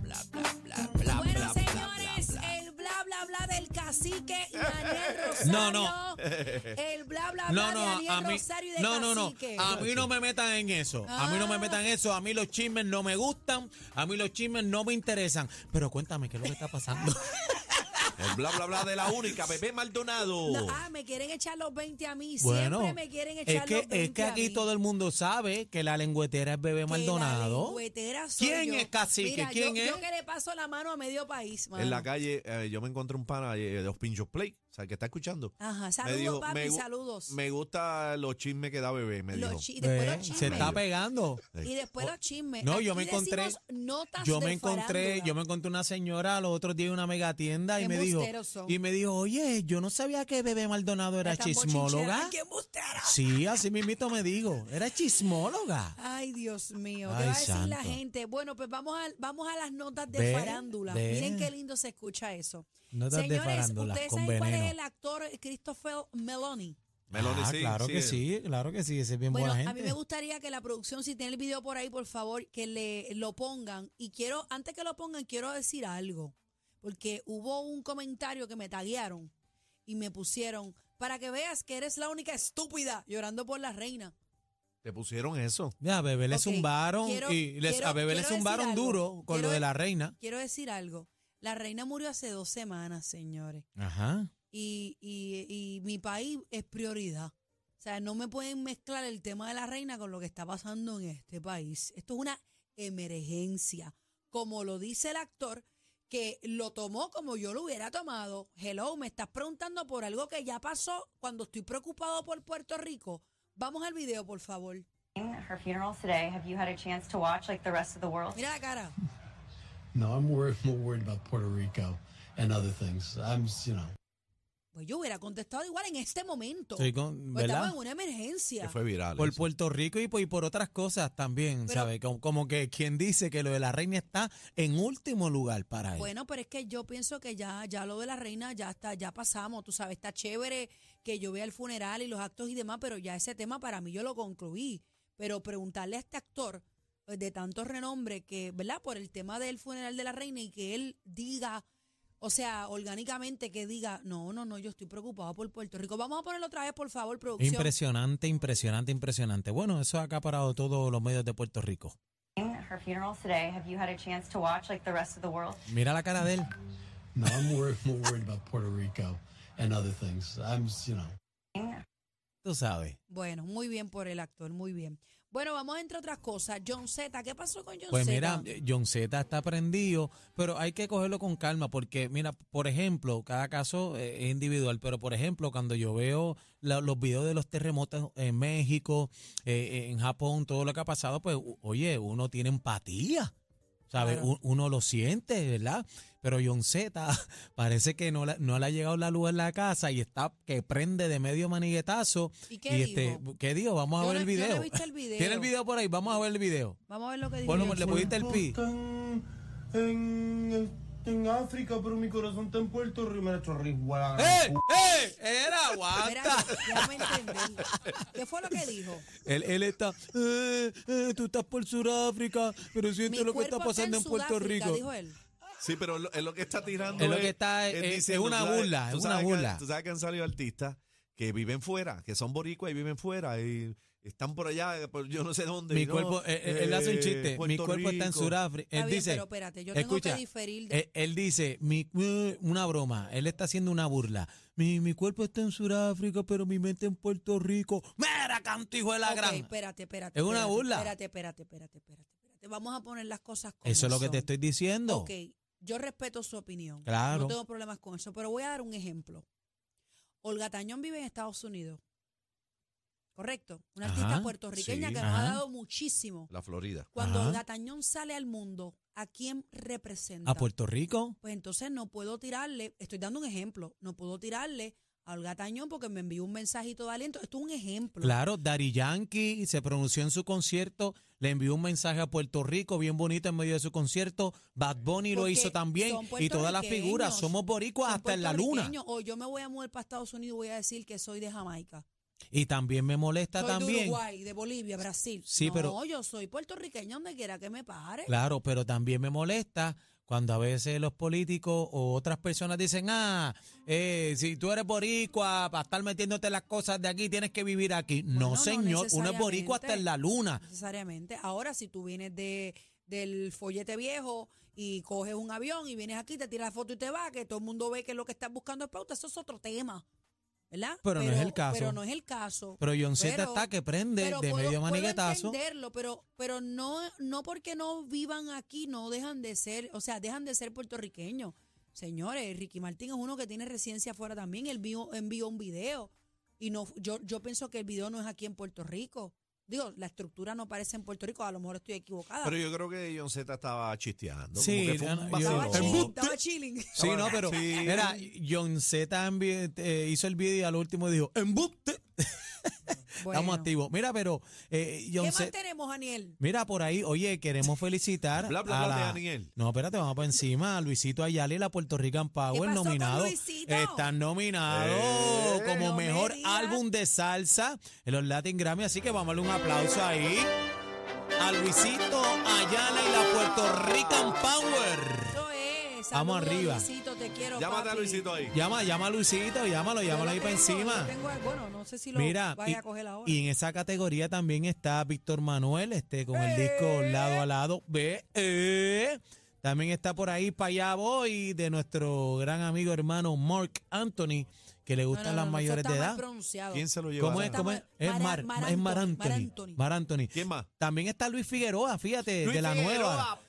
bla, bla, Bueno, bla, bla, señores, eh. bla, bla. el bla bla bla del cacique y Daniel Rosario. No, no. El bla bla bla No, de no, Daniel a mí, Rosario y de no, no, no, cacique. a mí no me metan en eso, a mí no me metan en eso, a mí los chismes no me gustan, a mí los chismes no me interesan, pero cuéntame qué es lo que está pasando. El bla, bla, bla de la única, bebé Maldonado. No, ah, me quieren echar los 20 a mí. bueno, Siempre me quieren echar es que, los 20 es que a aquí mí. todo el mundo sabe que la lengüetera es Bebé Que la Maldonado. lengüetera soy ¿Quién yo. es cacique? Mira, ¿Quién yo, es? Yo que le paso la mano a medio país, mano. En la calle eh, yo me encontré un pana eh, de los Pinchos Play, o sea, que está escuchando. Ajá, Me saludos, dijo, papi, me, gu- saludos. me gusta los chismes que da bebé, me Los dijo. chi- y después Ve, los se chismes. está pegando. Y después los chismes. No, yo Aquí me encontré- decimos Notas Yo de me encontré, farándula. yo me encontré una señora los otros días en una mega tienda y Qué me dijo, embusteros son. y me dijo, oye, yo no sabía que Bebé Maldonado era Están bochincheras. chismóloga. Ay, qué embustera. Sí, así mismito me dijo, era chismóloga. Ay, Dios mío, ¿qué Ay, va a decir la santo. gente? Bueno, pues vamos a, vamos a las notas de Ve, farándula. ve. Miren qué lindo se escucha eso. Notas de Señores, farándula, ¿ustedes con saben cuál veneno. es el actor Christopher Meloni? Meloni, Ah, sí, claro que eh. sí, claro que sí, ese es bien Bueno, buena a mí gente. me gustaría que la producción, si tiene el video por ahí, por favor, que le lo pongan. Y quiero, antes que lo pongan, quiero decir algo. Porque hubo un comentario que me taguearon y me pusieron, para que veas que eres la única estúpida llorando por la reina. Te pusieron eso. Ya, a Bebé le Ok, zumbaron quiero- y les, quiero- a Bebé le quiero decir zumbaron algo. duro con Quiero- lo de la reina. Quiero decir algo. La reina murió hace dos semanas, señores. Ajá. y, y- y mi país es prioridad. O sea, no me pueden mezclar el tema de la reina con lo que está pasando en este país. Esto es una emergencia. Como lo dice el actor, que lo tomó como yo lo hubiera tomado. Hello, me estás preguntando por algo que ya pasó cuando estoy preocupado por Puerto Rico. Vamos al video, por favor. Her funeral today. Have you had a chance to watch like the rest of the world? Mira la cara. No, I'm worried, more worried about Puerto Rico and other things. I'm, s- you know, Pues yo hubiera contestado igual en este momento. Estoy con, Pues estamos ¿Verdad? en una Que emergencia. fue viral. Por eso. Puerto Rico y por, y por otras cosas también, Pero- ¿sabes? Como, como que quien dice que lo de la reina está en último lugar para él. Bueno, pero es que yo pienso que ya, ya lo de la reina ya está, ya pasamos, tú sabes, está chévere que yo vea el funeral y los actos y demás, pero ya ese tema para mí yo lo concluí. Pero preguntarle a este actor eh, de tanto renombre que, ¿verdad? Por el tema del funeral de la reina y que él diga, o sea, orgánicamente que diga, no, no, no, yo estoy preocupado por Puerto Rico. Vamos a ponerlo otra vez, por favor, producción. impresionante, impresionante, impresionante. Bueno, eso ha acaparado todos los medios de Puerto Rico. Her funeral today. Have you had a chance to watch like the rest of the world? Mira la cara de él. no, I'm worried, more worried about Puerto Rico and other things. I'm, s- you know. Tú sabes. Bueno, muy bien por el actor, muy bien. Bueno, vamos entre otras cosas. John Z, ¿qué pasó con John Pues Zeta? mira, eh, John Z está prendido, pero hay que cogerlo con calma porque, mira, por ejemplo, cada caso eh, es individual, pero por ejemplo, cuando yo veo la- los videos de los terremotos en México, eh, eh, en Japón, todo lo que ha pasado, pues, u- oye, uno tiene empatía, ¿sabes? Claro. U- Uno lo siente, ¿verdad? Pero John Z parece que no, la- no le ha llegado la luz en la casa y está que prende de medio maniguetazo. ¿Y qué este, dijo? ¿Qué digo? Vamos a Yo ver el no- yo no he video. visto el video. Tiene el video por ahí, vamos a ver el video. Vamos a ver lo que dice. Ponlo, John pues, le Zeta. pusiste el pi. en, en, el- en África, pero mi corazón está en Puerto Rico. Me ha hecho riguala. ¡Eh! ¡Eh! ¡Era Espera, aguanta! déjame entender. ¿Qué fue lo que dijo? Él, él está, eh, eh, tú estás por Sudáfrica, pero siente Mi lo que cuerpo está pasando en, Puerto Sudáfrica, Rico. Eh, Dijo él. Sí, pero es lo, es lo que está tirando. Es lo que está, es- es diciendo, una tú sabes- burla, tú es una sabes que- burla. Tú sabes que han salido artistas que viven fuera, que son boricuas y viven fuera y están por allá, eh, por yo no sé dónde. Mi ¿no? cuerpo, eh, eh, él hace un Eh, chiste, mi Puerto cuerpo está en Rico. Sudáfrica. Él Está bien, dice, pero espérate, yo tengo escucha, que diferir de- Él, él dice, mi, eh, una broma, él está haciendo una burla. Mi, mi cuerpo está en Sudáfrica, pero mi mente en Puerto Rico. ¡Mera, canto hijo de la Ok, gran! espérate, espérate. Es una espérate, burla. Espérate, espérate, espérate, espérate, espérate. Vamos a poner las cosas como Eso es lo que te son. estoy diciendo. Ok, yo respeto su opinión. Claro. No tengo problemas con eso, pero voy a dar un ejemplo. Olga Tañón vive en Estados Unidos. ¿Correcto? Una artista Ajá, puertorriqueña sí, que nos ha ajá. dado muchísimo. La Florida. Cuando Ajá. Olga Tañón sale al mundo, ¿a quién representa? Ah, ¿A Puerto Rico? pues entonces no puedo tirarle, estoy dando un ejemplo, no puedo tirarle a Olga Tañón porque me envió un mensajito de aliento. Esto es un ejemplo. Claro, Dari Yankee se pronunció en su concierto, le envió un mensaje a Puerto Rico bien bonito en medio de su concierto. Bad Bunny lo Porque hizo también son y todas las puertorriqueños, figuras. Somos boricuas son hasta en la luna. puertorriqueños, O yo me voy a mudar para Estados Unidos y voy a decir que soy de Jamaica. Y también me molesta Soy de también. Uruguay, de Bolivia, Brasil. Sí, no, pero- yo soy puertorriqueña donde quiera que me pare. Claro, pero también me molesta cuando a veces los políticos o otras personas dicen, ah, eh, si tú eres boricua, para estar metiéndote las cosas de aquí, tienes que vivir aquí. Bueno, no no, señor, uno es boricua hasta en la luna. Necesariamente. Ahora, si tú vienes de del follete viejo y coges un avión y vienes aquí, te tiras la foto y te vas, que todo el mundo ve que lo que estás buscando es pauta, eso es otro tema. ¿Verdad? Pero no es el caso. Pero no es el caso. Pero John Z Pero- está que prende pero de puedo- medio puedo maniguetazo. entenderlo, pero, pero no, no porque no vivan aquí, no dejan de ser, o sea, dejan de ser puertorriqueños. Señores, Ricky Martín es uno que tiene residencia afuera también. Él vio- envió un video. Y no, yo, yo pienso que el video no es aquí en Puerto Rico. Digo, la estructura no parece en Puerto Rico, a lo mejor estoy equivocada. Pero yo creo que John Z estaba chisteando. Sí, como que fue un no, no, yo- vacilón. estaba, Pero- chill, Embuste. estaba chilling. Sí, no, pero Sí. era John Z envi- eh, hizo el video y al último dijo, embuste, Bueno. estamos activos. Mira, pero eh, ¿Qué John más Z... tenemos, Aniel? Mira, por ahí, oye, queremos felicitar Bla, bla, a bla de la- Daniel. No, espérate, vamos por encima. A Luisito Ayala y la Puerto Rican Power ¿Qué pasó con nominado. Luisito? Están nominados ¡Eh! como No me mejor digas. álbum de salsa en los Latin Grammy. Así que vamos a darle un aplauso ahí a Luisito Ayala y la Puerto Rican Power. Eso es. Vamos Saludos, arriba. Luisito, te quiero, Llámate a papi. Luisito ahí. Llama, llama a Luisito, llámalo, Yo llámalo lo ahí para tengo, encima. lo tengo, bueno, no sé si lo Mira, vaya y, a coger ahora. y en esa categoría también está Víctor Manuel, este con ¡Eh! el disco lado a lado. Ve, eh. También está por ahí para allá voy de nuestro gran amigo hermano Mark Anthony, que le gustan No, no, las no, no, eso mayores está de mal edad. pronunciado. ¿Quién se lo lleva? ¿Cómo es? Está ¿Cómo es? mal- Es Mara- Mar, Mar es Mar Anthony, Mar Anthony. Anthony. Mar Anthony. ¿Quién más? También está Luis Figueroa, fíjate, de la nueva.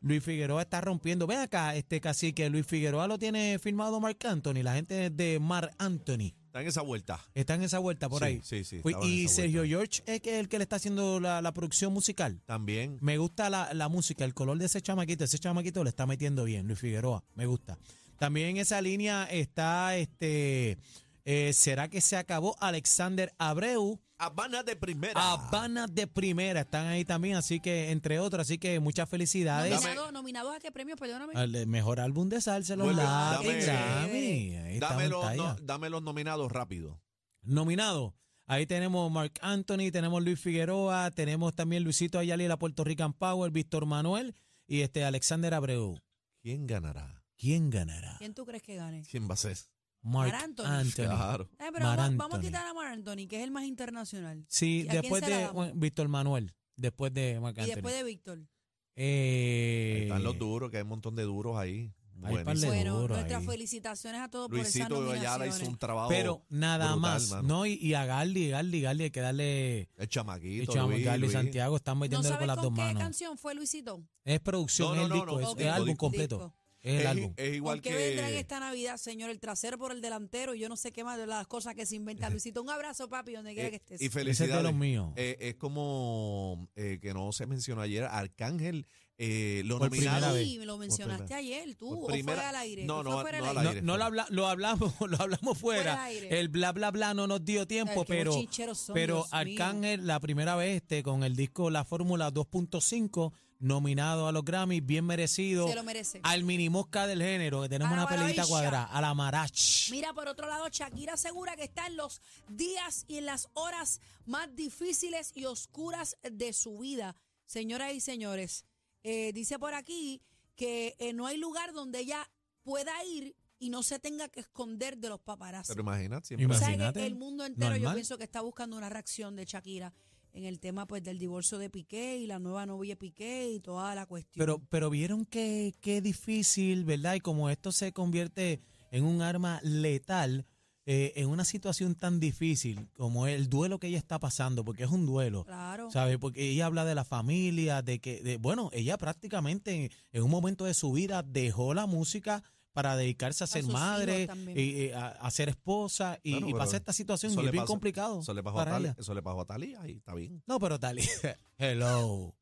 Luis Figueroa está rompiendo. Ven acá, este cacique, Luis Figueroa lo tiene firmado Mark Anthony, la gente de Mar Anthony. Está en esa vuelta. Está en esa vuelta por Sí, ahí. sí, sí, Fui- estaba en y esa Sergio George es que el que le está haciendo la, la producción musical. También. Me gusta la, la música, el color de ese chamaquito. Ese chamaquito le está metiendo bien, Luis Figueroa. Me gusta. También en esa línea está este. eh, ¿Será que se acabó Alexander Abreu? Habana de primera. Habana de primera. Están ahí también, así que, entre otros. Así que muchas felicidades. Nominado- ¿Nominados a qué premio? Perdóname. Al eh, mejor álbum de salsa, los Vuelve, Latin dame- Grammy. Ahí estamos, Dame los, está ya. no- dame los nominados rápido. nominado. Ahí tenemos Mark Anthony, tenemos Luis Figueroa, tenemos también Luisito Ayala y la Puerto Rican Power, Víctor Manuel y este Alexander Abreu. ¿Quién ganará? ¿Quién ganará? ¿Quién tú crees que gane? ¿Quién va a ser? Mark Mar Anthony. Anthony. Claro. Eh, pero vamos, Mar vamos a Anthony. quitar a Mar Anthony, que es el más internacional. Sí, ¿Y a quién después se la de damos? bueno, Víctor Manuel, después de Mark Y Anthony. después de Víctor. Eh, Ahí están los duros, que hay un montón de duros ahí. Hay par de duros. Buenísimo. Bueno, Seguro, nuestras ahí. felicitaciones a todos por Luisito esas Ayala hizo nominaciones. un trabajo. pero nada brutal, más, mano. ¿no? Y, y a Garli, Garli, Garli, hay que darle... El Y chamaquito. chamo, Luis, Garli Luis. Santiago están ¿No metiéndole sabes con las dos qué manos. canción fue Luisito? Es producción, No, no, es el no, disco, no, es, disco, es álbum disco. Eh, completo. Es el Es, álbum. es igual ¿Con qué vendrán que. esta Navidad, señor? El trasero por el delantero y yo no sé qué más de las cosas que se inventa Luisito. Un abrazo, papi, donde quiera que eh, estés. y Ese es de los felicidades. míos. Eh, es como eh, que no se mencionó ayer, Arcángel, eh, lo Por nominaron. primera Sí, lo mencionaste primera- Pues ayer, tú, por o fue Pues primera- al aire. No, Fue no, fuera no del al aire. No, no lo, habla- lo hablamos, lo hablamos Fuera fuera. del aire. El bla bla bla no nos dio tiempo, Ay, qué pero, bochincheros son, pero Dios mío. Arcángel, la primera vez este, con el disco La Fórmula 2.5, nominado a los Grammy, bien merecido. Se lo merece. Al minimosca del género, que tenemos A la una peleita maravilla. cuadrada, a la Marach. Mira, por otro lado, Shakira asegura que está en los días y en las horas más difíciles y oscuras de su vida. Señoras y señores, eh, dice por aquí que eh, no hay lugar donde ella pueda ir y no se tenga que esconder de los paparazzi. Pero imagínate, O siempre. sea, que Imagínate, el mundo entero yo normal. pienso que está buscando una reacción de Shakira en el tema pues del divorcio de Piqué y la nueva novia de Piqué y toda la cuestión. Pero, pero vieron que qué difícil, ¿verdad? Y como esto se convierte en un arma letal, eh, en una situación tan difícil como el duelo que ella está pasando, porque es un duelo. claro. ¿Sabes? Porque ella habla de la familia, de que, de- bueno, ella prácticamente en, en un momento de su vida dejó la música para dedicarse a ser sus hijos madre, también. y, y a, a ser esposa, y, Claro, y pero pasa esta situación y eso es le bien pasó- complicado Eso le pasó a para Tali- ella. eso le pasó a Talía y está bien. No, pero tal hello,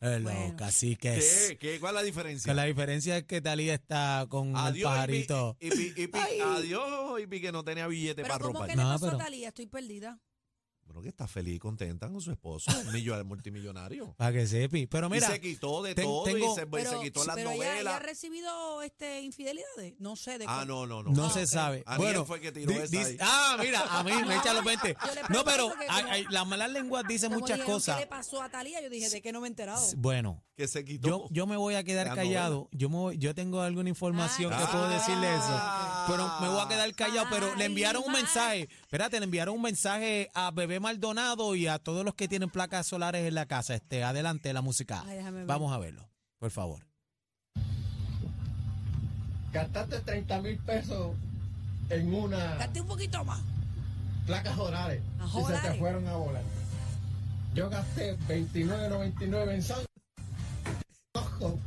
Hello, Bueno. cacique. ¿Qué? ¿Qué? ¿Cuál es la diferencia? Que la diferencia es que Talía está con el Adiós, pajarito. y Ipi, Ipi, adiós, Ipi, que no tenía billete Pero para ¿cómo ropa. que le No, pasó pero- a Talía? Estoy perdida. Bueno, que está feliz y contenta con su esposo, un millo- multimillonario. Para que sepi. Pero mira, y se quitó de ten- todo tengo- y se, y Pero, se quitó las pero ella- novelas. ella, ha recibido este, infidelidades. No sé de ah, cu- no, no, no. no, Ah, se ok. sabe. Ariel bueno, fue que tiró di- esa dis- ahí. ah, mira, a mí me echa los 20. Yo le No, pregunto pero porque hay- como- hay- las malas lenguas dicen Como muchas dijeron, cosas. ¿Qué le pasó a Talía? Yo dije, ¿de qué no me he enterado? Bueno, Que se quitó. yo, yo me voy a quedar La callado. Yo, me voy- yo tengo alguna información Ay, que puedo decirle eso. ah, Pero me voy a quedar callado. Pero le Ay, enviaron un Max. mensaje. Espérate, le enviaron un mensaje a Bebé Maldonado y a todos los que tienen placas solares en la casa. Este, adelante la música. Ay, déjame ver. Vamos a verlo, por favor. Gastaste 30 mil pesos en una Date un poquito más. placas orales Ah, y se te orales. fueron a volar. Yo gasté 29.99 en San Costco,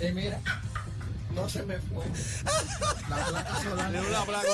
y mira, no se me fue. La placa solar. Tiene una placa,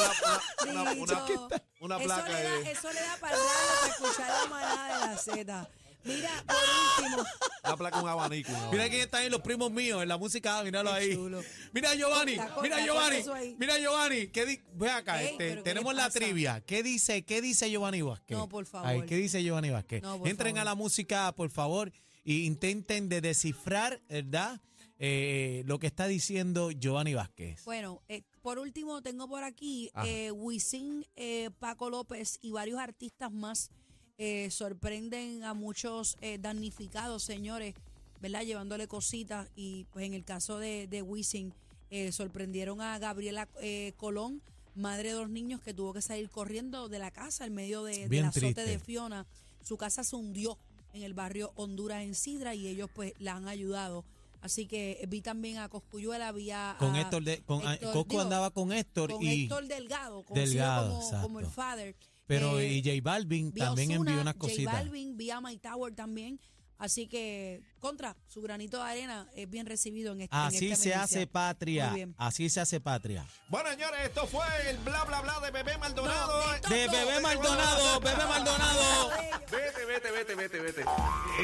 una, una- una- Dicho. una eso, placa le da, de, eso le da para el radio, para escuchar la manada de la Z. Mira, por último. una placa, un abanico. un Mira abanico. quién está ahí, los primos míos, en la música, míralo Qué ahí. chulo. Mira Giovanni, Corta, corta, mira corta Giovanni, eso ahí. mira Giovanni. ¿Qué di- Ve acá, Ey, este, pero ¿qué le tenemos la pasa? trivia. ¿Qué dice, qué dice Giovanni Vázquez? No, por favor. Ahí, ¿Qué dice Giovanni Vázquez? No, por Entren a favor. la música, por favor, y intenten de descifrar, ¿verdad? Eh, lo que está diciendo Giovanni Vázquez. Bueno, eh, por último tengo por aquí Ajá. eh, Wisin, eh, Paco López y varios artistas más eh, sorprenden a muchos eh, damnificados, señores, ¿verdad? Llevándole cositas y pues en el caso de, de Wisin eh, sorprendieron a Gabriela eh, Colón, madre de dos niños que tuvo que salir corriendo de la casa en medio de, del Bien azote triste. de Fiona. Su casa se hundió en el barrio Honduras en Sidra y ellos pues la han ayudado. Así que eh, vi también a Coscuyuela, vi a... con a- Héctor, de, con ah, Héctor, Coco digo, andaba con Héctor con y Héctor Delgado, conocido Delgado, como, como el exacto. father. pero Eh, y J Balvin vi a también Ozuna, envió unas J cositas. Balvin, vi a My Tower también. Así que, contra, su granito de arena es bien recibido en este en Así esta se hace emergencia. patria, Muy bien. así se hace patria. Bueno, señores, esto fue el bla, bla, bla de Bebé Maldonado. No, de esto- De Bebé Maldonado, Bebé Maldonado. Vete, vete, vete, vete, vete.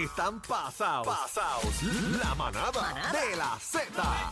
Están pasados. Pasados. La manada de la Z.